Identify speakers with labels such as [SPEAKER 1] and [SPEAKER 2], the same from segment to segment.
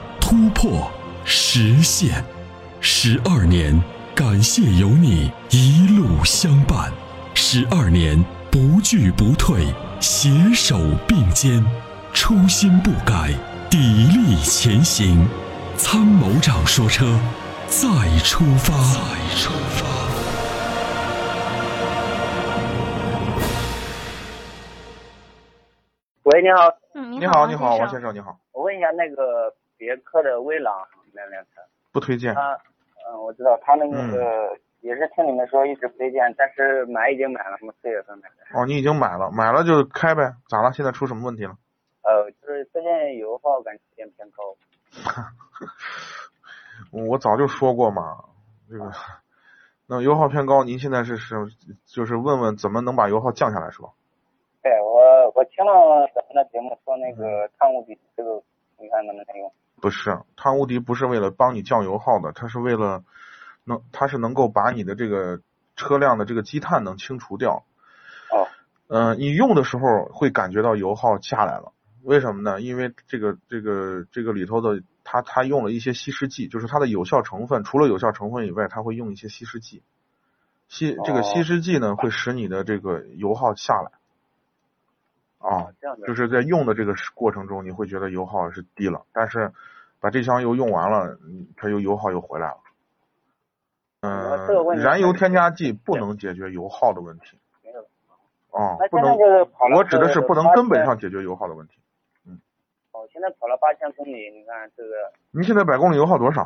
[SPEAKER 1] 突破、实现，十二年，感谢有你一路相伴，十二年不惧不退，携手并肩，初心不改，砥砺前行。”参谋长说：“车，再出发。”再出发。
[SPEAKER 2] 喂，你好，
[SPEAKER 3] 嗯，
[SPEAKER 4] 你
[SPEAKER 3] 好，
[SPEAKER 4] 你好，王先。生，你好，
[SPEAKER 2] 我问一下那个别克的威朗那辆车，
[SPEAKER 4] 不推荐。
[SPEAKER 2] 它，嗯，我知道它那
[SPEAKER 4] 嗯
[SPEAKER 2] 个也是听你们说一直不推荐，但是买已经买了，我们四月份买的，
[SPEAKER 4] 哦，你已经买了，买了就开呗，咋了？现在出什么问题了？
[SPEAKER 2] 呃，就是最近油耗感觉有点偏高，
[SPEAKER 4] 我早就说过嘛，这 个那油耗偏高，您现在是是就是问问怎么能把油耗降下来是吧？
[SPEAKER 2] 对我我听了咱们的节目说那个
[SPEAKER 4] 嗯
[SPEAKER 2] 碳雾比这个，你看能不能用？
[SPEAKER 4] 不是，它无敌不是为了帮你降油耗的，它是为了能，它是能够把你的这个车辆的这个积碳能清除掉。
[SPEAKER 2] 哦，
[SPEAKER 4] 嗯、你用的时候会感觉到油耗下来了，为什么呢？因为这个这个这个里头的它它用了一些稀释剂，就是它的有效成分，除了有效成分以外，它会用一些稀释剂。稀这个稀释剂呢，会使你的这个油耗下来。啊，
[SPEAKER 2] 这样的，
[SPEAKER 4] 就是在用的这个时过程中，你会觉得油耗是低了，但是把这箱油用完了，嗯它又油耗又回来了。
[SPEAKER 2] 呃这个问
[SPEAKER 4] 嗯，
[SPEAKER 2] 题
[SPEAKER 4] 燃油添加剂不能解决油耗的问题。
[SPEAKER 2] 没有。
[SPEAKER 4] 哦
[SPEAKER 2] 那，
[SPEAKER 4] 不
[SPEAKER 2] 现在
[SPEAKER 4] 能，
[SPEAKER 2] 就是跑了，
[SPEAKER 4] 我指的是不能根本。上解决油耗的问题。
[SPEAKER 2] 哦，现在跑了八千公里，你看这个
[SPEAKER 4] 您现在百公里油耗多少？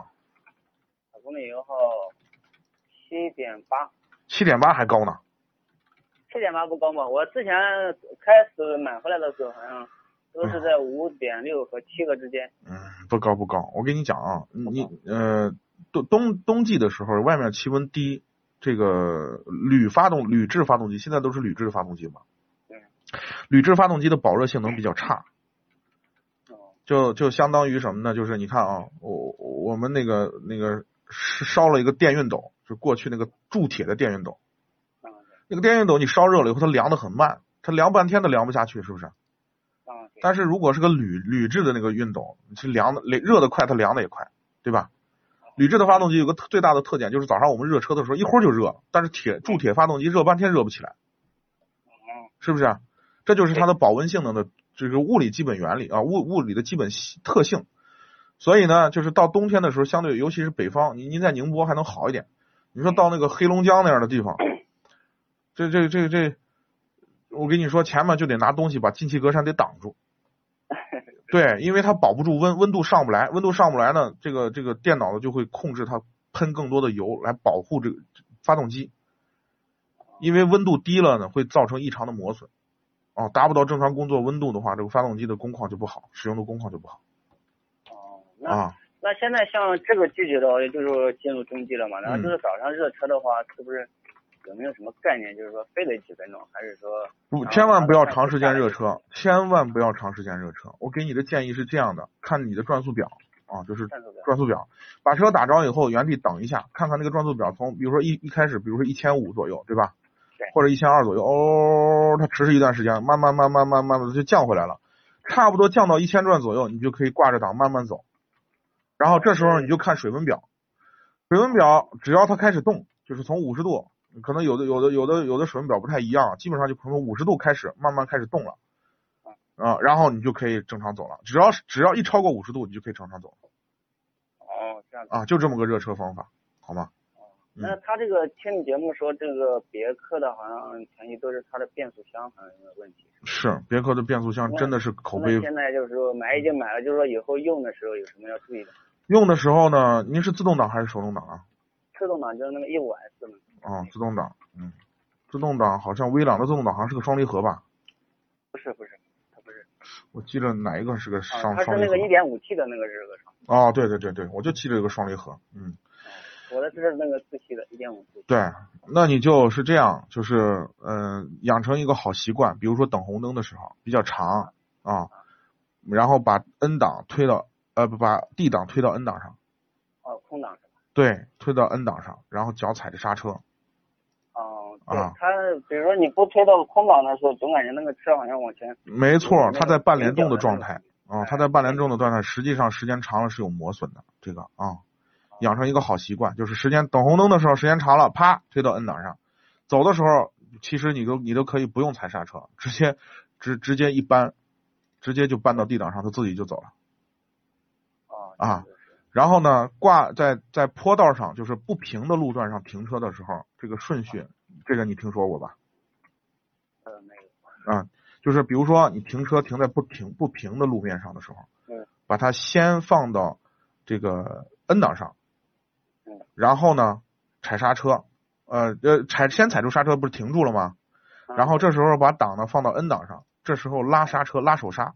[SPEAKER 2] 百公里油耗七点八。
[SPEAKER 4] 七点八还高呢。
[SPEAKER 2] 七点八不高嘛，我之前开始买回来的时候，好像都是在五点六和七个之间。
[SPEAKER 4] 嗯，不高不高。我跟你讲啊，你呃，冬冬冬季的时候，外面气温低，这个铝发动铝制发动机现在都是铝制发动机嘛
[SPEAKER 2] 对，
[SPEAKER 4] 铝制发动机的保热性能比较差。
[SPEAKER 2] 哦，
[SPEAKER 4] 就就相当于什么呢？就是你看啊，我我们那个那个是烧了一个电熨斗，就过去那个铸铁的电熨斗，
[SPEAKER 2] 嗯，
[SPEAKER 4] 那个电熨斗你烧热了以后，它凉的很慢，它凉半天都凉不下去，是不是？
[SPEAKER 2] 嗯，对，
[SPEAKER 4] 但是如果是个铝铝制的那个熨斗，是凉的，热的快，它凉的也快，对吧？
[SPEAKER 2] 啊
[SPEAKER 4] 铝制的发动机有个特最大的特点就是早上我们热车的时候一会儿就热，但是铁铸铁发动机热半天热不起来，
[SPEAKER 2] 嗯，
[SPEAKER 4] 是不是？这就是它的保温性能的这个物理基本原理啊，物物理的基本系特性。所以呢，就是到冬天的时候，相对尤其是北方，您您在宁波还能好一点。你说到那个黑龙江那样的地方，这这这这，我跟你说，前面就得拿东西把进气格栅得挡住。对，因为它保不住温，温度上不来，温度上不来呢，这个这个电脑呢就会控制它喷更多的油来保护这个发动机，因为温度低了呢，会造成异常的磨损。哦，达不到正常工作温度的话，这个发动机的工况就不好，使用的工况就不好
[SPEAKER 2] 哦，那、
[SPEAKER 4] 啊。
[SPEAKER 2] 那现在像这个季节的话，也就是进入冬季了嘛，然
[SPEAKER 4] 嗯
[SPEAKER 2] 后就是早上热车的话，是不是有没有什么概念？就是说非得几分钟，还是说
[SPEAKER 4] 不，千万不要长时间热车，千万不要长时间热车。我给你的建议是这样的，看你的转速表啊，就是
[SPEAKER 2] 转速表？
[SPEAKER 4] 转速表，把车打着以后原地等一下，看看那个转速表从，比如说一一开始，比如说一千五左右，对吧？
[SPEAKER 2] 对
[SPEAKER 4] 或者一千二左右，哦，它持续一段时间，慢慢慢慢慢慢慢地就降回来了，差不多降到一千转左右，你就可以挂着档慢慢走。然后这时候你就看水温表，水温表只要它开始动，就是从五十度，可能有的有的有的有的水温表不太一样，基本上就从五十度开始慢慢开始动了，啊、然后你就可以正常走了。只要只要一超过五十度，你就可以正常走。
[SPEAKER 2] 哦，这样子。
[SPEAKER 4] 啊，就这么个热车方法，好吗？嗯
[SPEAKER 2] 那他这个听你节目说这个别克的，好像前期都是它的变速箱好像有问题。
[SPEAKER 4] 是，别克的变速箱真的是口
[SPEAKER 2] 那
[SPEAKER 4] 碑。
[SPEAKER 2] 现在就是说买已经买了，就是说以后用的时候有什么要注意的？
[SPEAKER 4] 用的时候呢，您是自动挡还是手动挡啊？
[SPEAKER 2] 自动挡就是那个 E 五 S 嘛，
[SPEAKER 4] 啊、自动挡，嗯，自动挡好像威朗的自动挡好像是个双离合吧？
[SPEAKER 2] 不是不是，它不是，
[SPEAKER 4] 我记得哪一个是个
[SPEAKER 2] 啊，
[SPEAKER 4] 双、
[SPEAKER 2] 它是
[SPEAKER 4] 双离
[SPEAKER 2] 那
[SPEAKER 4] 合
[SPEAKER 2] 个？一点五 T 的那个是个什么？
[SPEAKER 4] 哦，对对对对，我就记着有个双离合，嗯。
[SPEAKER 2] 我的是那个自吸的，一点五自吸。
[SPEAKER 4] 对，那你就是这样，就是嗯、呃养成一个好习惯，比如说等红灯的时候比较长啊，然后把 N 档推到呃不把 D 档推到 N 档上，
[SPEAKER 2] 哦，空档是吧？
[SPEAKER 4] 对，推到 N 档上，然后脚踩着刹车，
[SPEAKER 2] 哦，对
[SPEAKER 4] 啊，
[SPEAKER 2] 它比如说你不推到空档的时候，总感觉那个车好像往前。
[SPEAKER 4] 没错，
[SPEAKER 2] 那
[SPEAKER 4] 它
[SPEAKER 2] 个
[SPEAKER 4] 在半
[SPEAKER 2] 平
[SPEAKER 4] 联
[SPEAKER 2] 角
[SPEAKER 4] 动的
[SPEAKER 2] 的
[SPEAKER 4] 状
[SPEAKER 2] 那
[SPEAKER 4] 态
[SPEAKER 2] 种
[SPEAKER 4] 啊，它在半联动的状态，实际上时间长了是有磨损的，这个
[SPEAKER 2] 哦
[SPEAKER 4] 啊，养成一个好习惯，就是时间等红灯的时候时间长了，啪推到 N 档上，走的时候其实你都你都可以不用踩刹车，直接直直接一扳，直接就扳到 D 档上，它自己就走了。
[SPEAKER 2] 哦
[SPEAKER 4] 啊，
[SPEAKER 2] 是是
[SPEAKER 4] 然后呢，挂在在坡道上，就是不平的路段上停车的时候，这个顺序，这个你听说过吧？
[SPEAKER 2] 呃，那个，
[SPEAKER 4] 啊，就是比如说你停车停在不平不平的路面上的时候，
[SPEAKER 2] 嗯，
[SPEAKER 4] 把它先放到这个 N 档上
[SPEAKER 2] 嗯，
[SPEAKER 4] 然后呢踩刹车，呃呃踩先踩住刹车不是停住了吗？
[SPEAKER 2] 啊
[SPEAKER 4] 然后这时候把档呢放到 N 档上，这时候拉刹车拉手刹，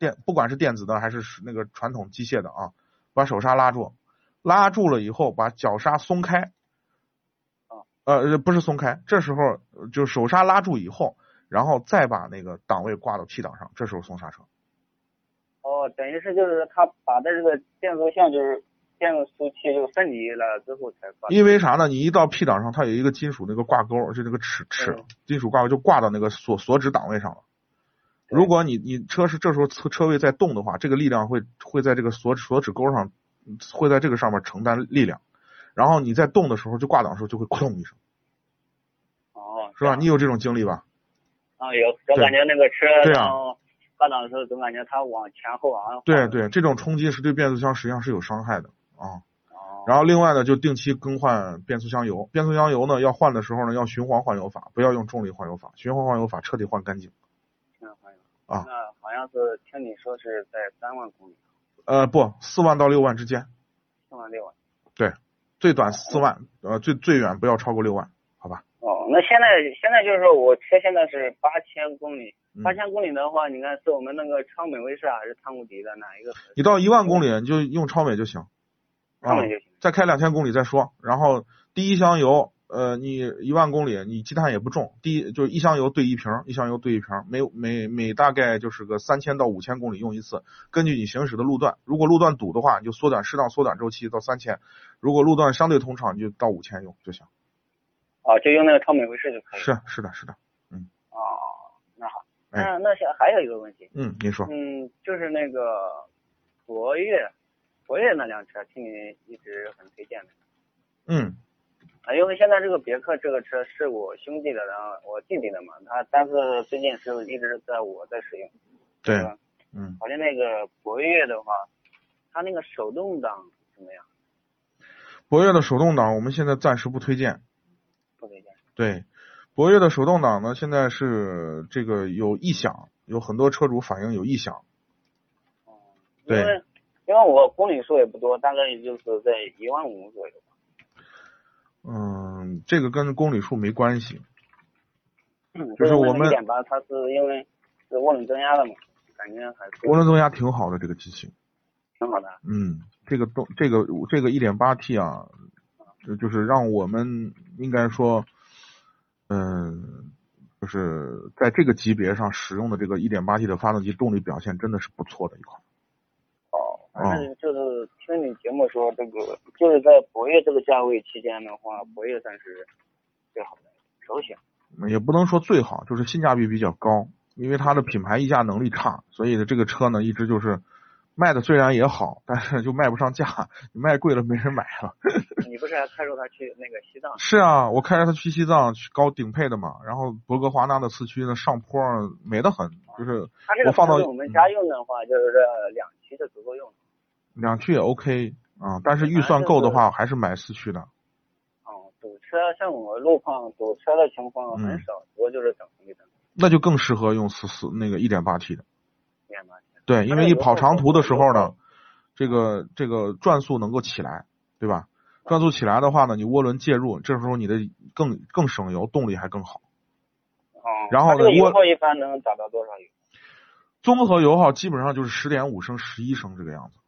[SPEAKER 4] 电不管是电子的还是那个传统机械的啊，把手刹拉住，拉住了以后把脚刹松开
[SPEAKER 2] 啊，
[SPEAKER 4] 呃不是松开，这时候呃就手刹拉住以后，然后再把那个档位挂到 T 档上，这时候松刹车。
[SPEAKER 2] 哦，等于是就是它把它这个变速箱就是变速器就升级了之后才发。
[SPEAKER 4] 因为啥呢？你一到 P 档上，它有一个金属那个挂钩，就那个齿齿
[SPEAKER 2] 嗯
[SPEAKER 4] 金属挂钩就挂到那个锁锁止档位上了。
[SPEAKER 2] 对
[SPEAKER 4] 如果你你车是这时候车车位在动的话，这个力量会会在这个锁锁止钩上，会在这个上面承担力量。然后你在动的时候，就挂档的时候就会哐一声，
[SPEAKER 2] 哦，
[SPEAKER 4] 是
[SPEAKER 2] 这
[SPEAKER 4] 吧？
[SPEAKER 2] 样
[SPEAKER 4] 你有这种经历吧？
[SPEAKER 2] 啊有，总
[SPEAKER 4] 对
[SPEAKER 2] 感觉那个车
[SPEAKER 4] 对啊
[SPEAKER 2] 然后挂档的时候总感觉它往前后往上。
[SPEAKER 4] 对。对，这种冲击是对变速箱实际上是有伤害的啊。
[SPEAKER 2] 哦。
[SPEAKER 4] 然后另外呢，就定期更换变速箱油。变速箱油呢，要换的时候呢，要循环换油法，不要用重力换油法。循环换油法彻底换干净。
[SPEAKER 2] 嗯好像
[SPEAKER 4] 啊
[SPEAKER 2] 那好像是听你说是在三万公里，
[SPEAKER 4] 呃，不，四万到六万之间，
[SPEAKER 2] 四万六万。
[SPEAKER 4] 最短四万，呃，最最远不要超过六万，好吧？
[SPEAKER 2] 哦，那现在现在就是说我车现在是八千公里，
[SPEAKER 4] 嗯
[SPEAKER 2] 八千公里的话，你看是我们那个超美威士还是汤姆迪的哪一个合适？
[SPEAKER 4] 你到一万公里你就用超美就行，
[SPEAKER 2] 汤，
[SPEAKER 4] 啊
[SPEAKER 2] 姆就行。
[SPEAKER 4] 再开两千公里再说。然后第一箱油，呃，你一万公里你积碳也不重，第一就是一箱油兑一瓶，一箱油兑一瓶，每每每大概就是个三千到五千公里用一次，根据你行驶的路段，如果路段堵的话，你就缩短适当缩短周期到三千；如果路段相对通畅，你就到五千用就行。
[SPEAKER 2] 哦，就用那个超美威士就可以。。
[SPEAKER 4] 是是的是的，
[SPEAKER 2] 哦，那好，
[SPEAKER 4] 哎
[SPEAKER 2] 那那想还有一个问题，
[SPEAKER 4] 嗯，您说，
[SPEAKER 2] 嗯，就是那个博越，博越那辆车，听你一直很推荐的。
[SPEAKER 4] 嗯
[SPEAKER 2] 啊，因为现在这个别克这个车是我兄弟的，然后我弟弟的嘛，他但是最近是一直在我在使用。
[SPEAKER 4] 对
[SPEAKER 2] 吧
[SPEAKER 4] 嗯。
[SPEAKER 2] 好像那个博越的话，它那个手动挡怎么样？
[SPEAKER 4] 博越的手动挡我们现在暂时不推荐。
[SPEAKER 2] 不推荐。
[SPEAKER 4] 对，博越的手动挡呢，现在是这个有异响，有很多车主反映有异响。
[SPEAKER 2] 哦、
[SPEAKER 4] 对
[SPEAKER 2] 因为因为我公里数也不多，大概也就是在一万五左右吧。
[SPEAKER 4] 嗯，这个跟公里数没关系。
[SPEAKER 2] 所以
[SPEAKER 4] 嗯我
[SPEAKER 2] 那
[SPEAKER 4] 们
[SPEAKER 2] 一点八，它是因为是涡轮增压的嘛，感觉还是
[SPEAKER 4] 涡轮增压挺好的这个机器，
[SPEAKER 2] 挺好的。
[SPEAKER 4] 嗯，这个动这个这个一点八 T 啊，就就是让我们应该说，嗯，就是在这个级别上使用的这个一点八 T 的发动机动力表现真的是不错的一款。
[SPEAKER 2] 哦，反正就是听你节目说这个，就是在博越这个价位期间的话，博越算是最好的首选。
[SPEAKER 4] 也不能说最好，就是性价比比较高，因为它的品牌溢价能力差，所以呢，这个车呢一直就是卖的虽然也好，但是就卖不上价，你卖贵了没人买了。
[SPEAKER 2] 你不是还开出它去那个西藏？
[SPEAKER 4] 是啊，我开着它去西藏去高顶配的嘛，然后博格华纳的四驱呢上坡美得很，就是
[SPEAKER 2] 它这个
[SPEAKER 4] 我放到
[SPEAKER 2] 车子我们家用的话，就是这两驱就足够用了。
[SPEAKER 4] 两驱也 OK 啊、但是预算够的话还是买四驱的。
[SPEAKER 2] 哦，堵车像我路况堵车的情况
[SPEAKER 4] 嗯
[SPEAKER 2] 很少，不过就是等红绿灯
[SPEAKER 4] 那就更适合用四四那个一点八 T 的，
[SPEAKER 2] 点嘛。
[SPEAKER 4] 对，因为你跑长途的时候呢，这个这个转速能够起来，对吧？转速起来的话呢，你涡轮介入，这时候你的更更省油，动力还更好。
[SPEAKER 2] 哦，
[SPEAKER 4] 然后
[SPEAKER 2] 它这
[SPEAKER 4] 呢
[SPEAKER 2] 个油
[SPEAKER 4] 我
[SPEAKER 2] 耗一般能达到多少油？
[SPEAKER 4] 综合油耗基本上就是十点五升、十一升这个样子。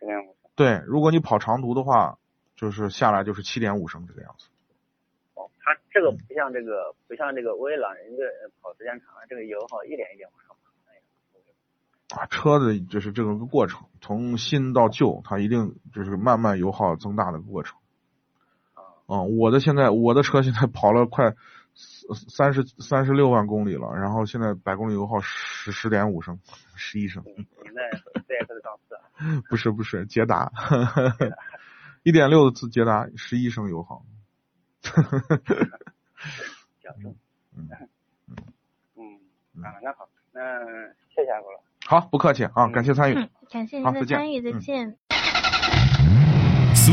[SPEAKER 2] 十点五升。
[SPEAKER 4] 对，如果你跑长途的话，就是下来就是七点五升这个样子。
[SPEAKER 2] 哦，它这个不像这个不像这个威朗，人家跑时间长了，这个油耗一点一点往上爬。哎呀，
[SPEAKER 4] 啊，车子就是这个过程，从新到旧，它一定就是慢慢油耗增大的过程。啊、我的现在我的车现在跑了快三十三十六万公里了，然后现在百公里油耗十十点五升，十一升，
[SPEAKER 2] 你那 CX 的档次啊，
[SPEAKER 4] 不是不是，捷达， 一点六的捷达十一升油耗，
[SPEAKER 2] 讲究。
[SPEAKER 4] 嗯，
[SPEAKER 2] 嗯，啊，那好，那谢啊谢阿波罗。
[SPEAKER 4] 好，不客气啊，感谢参与。
[SPEAKER 3] 嗯，感谢您
[SPEAKER 4] 好
[SPEAKER 3] 的
[SPEAKER 4] 再见
[SPEAKER 3] 参与，再
[SPEAKER 4] 嗯
[SPEAKER 3] 见。
[SPEAKER 1] 俗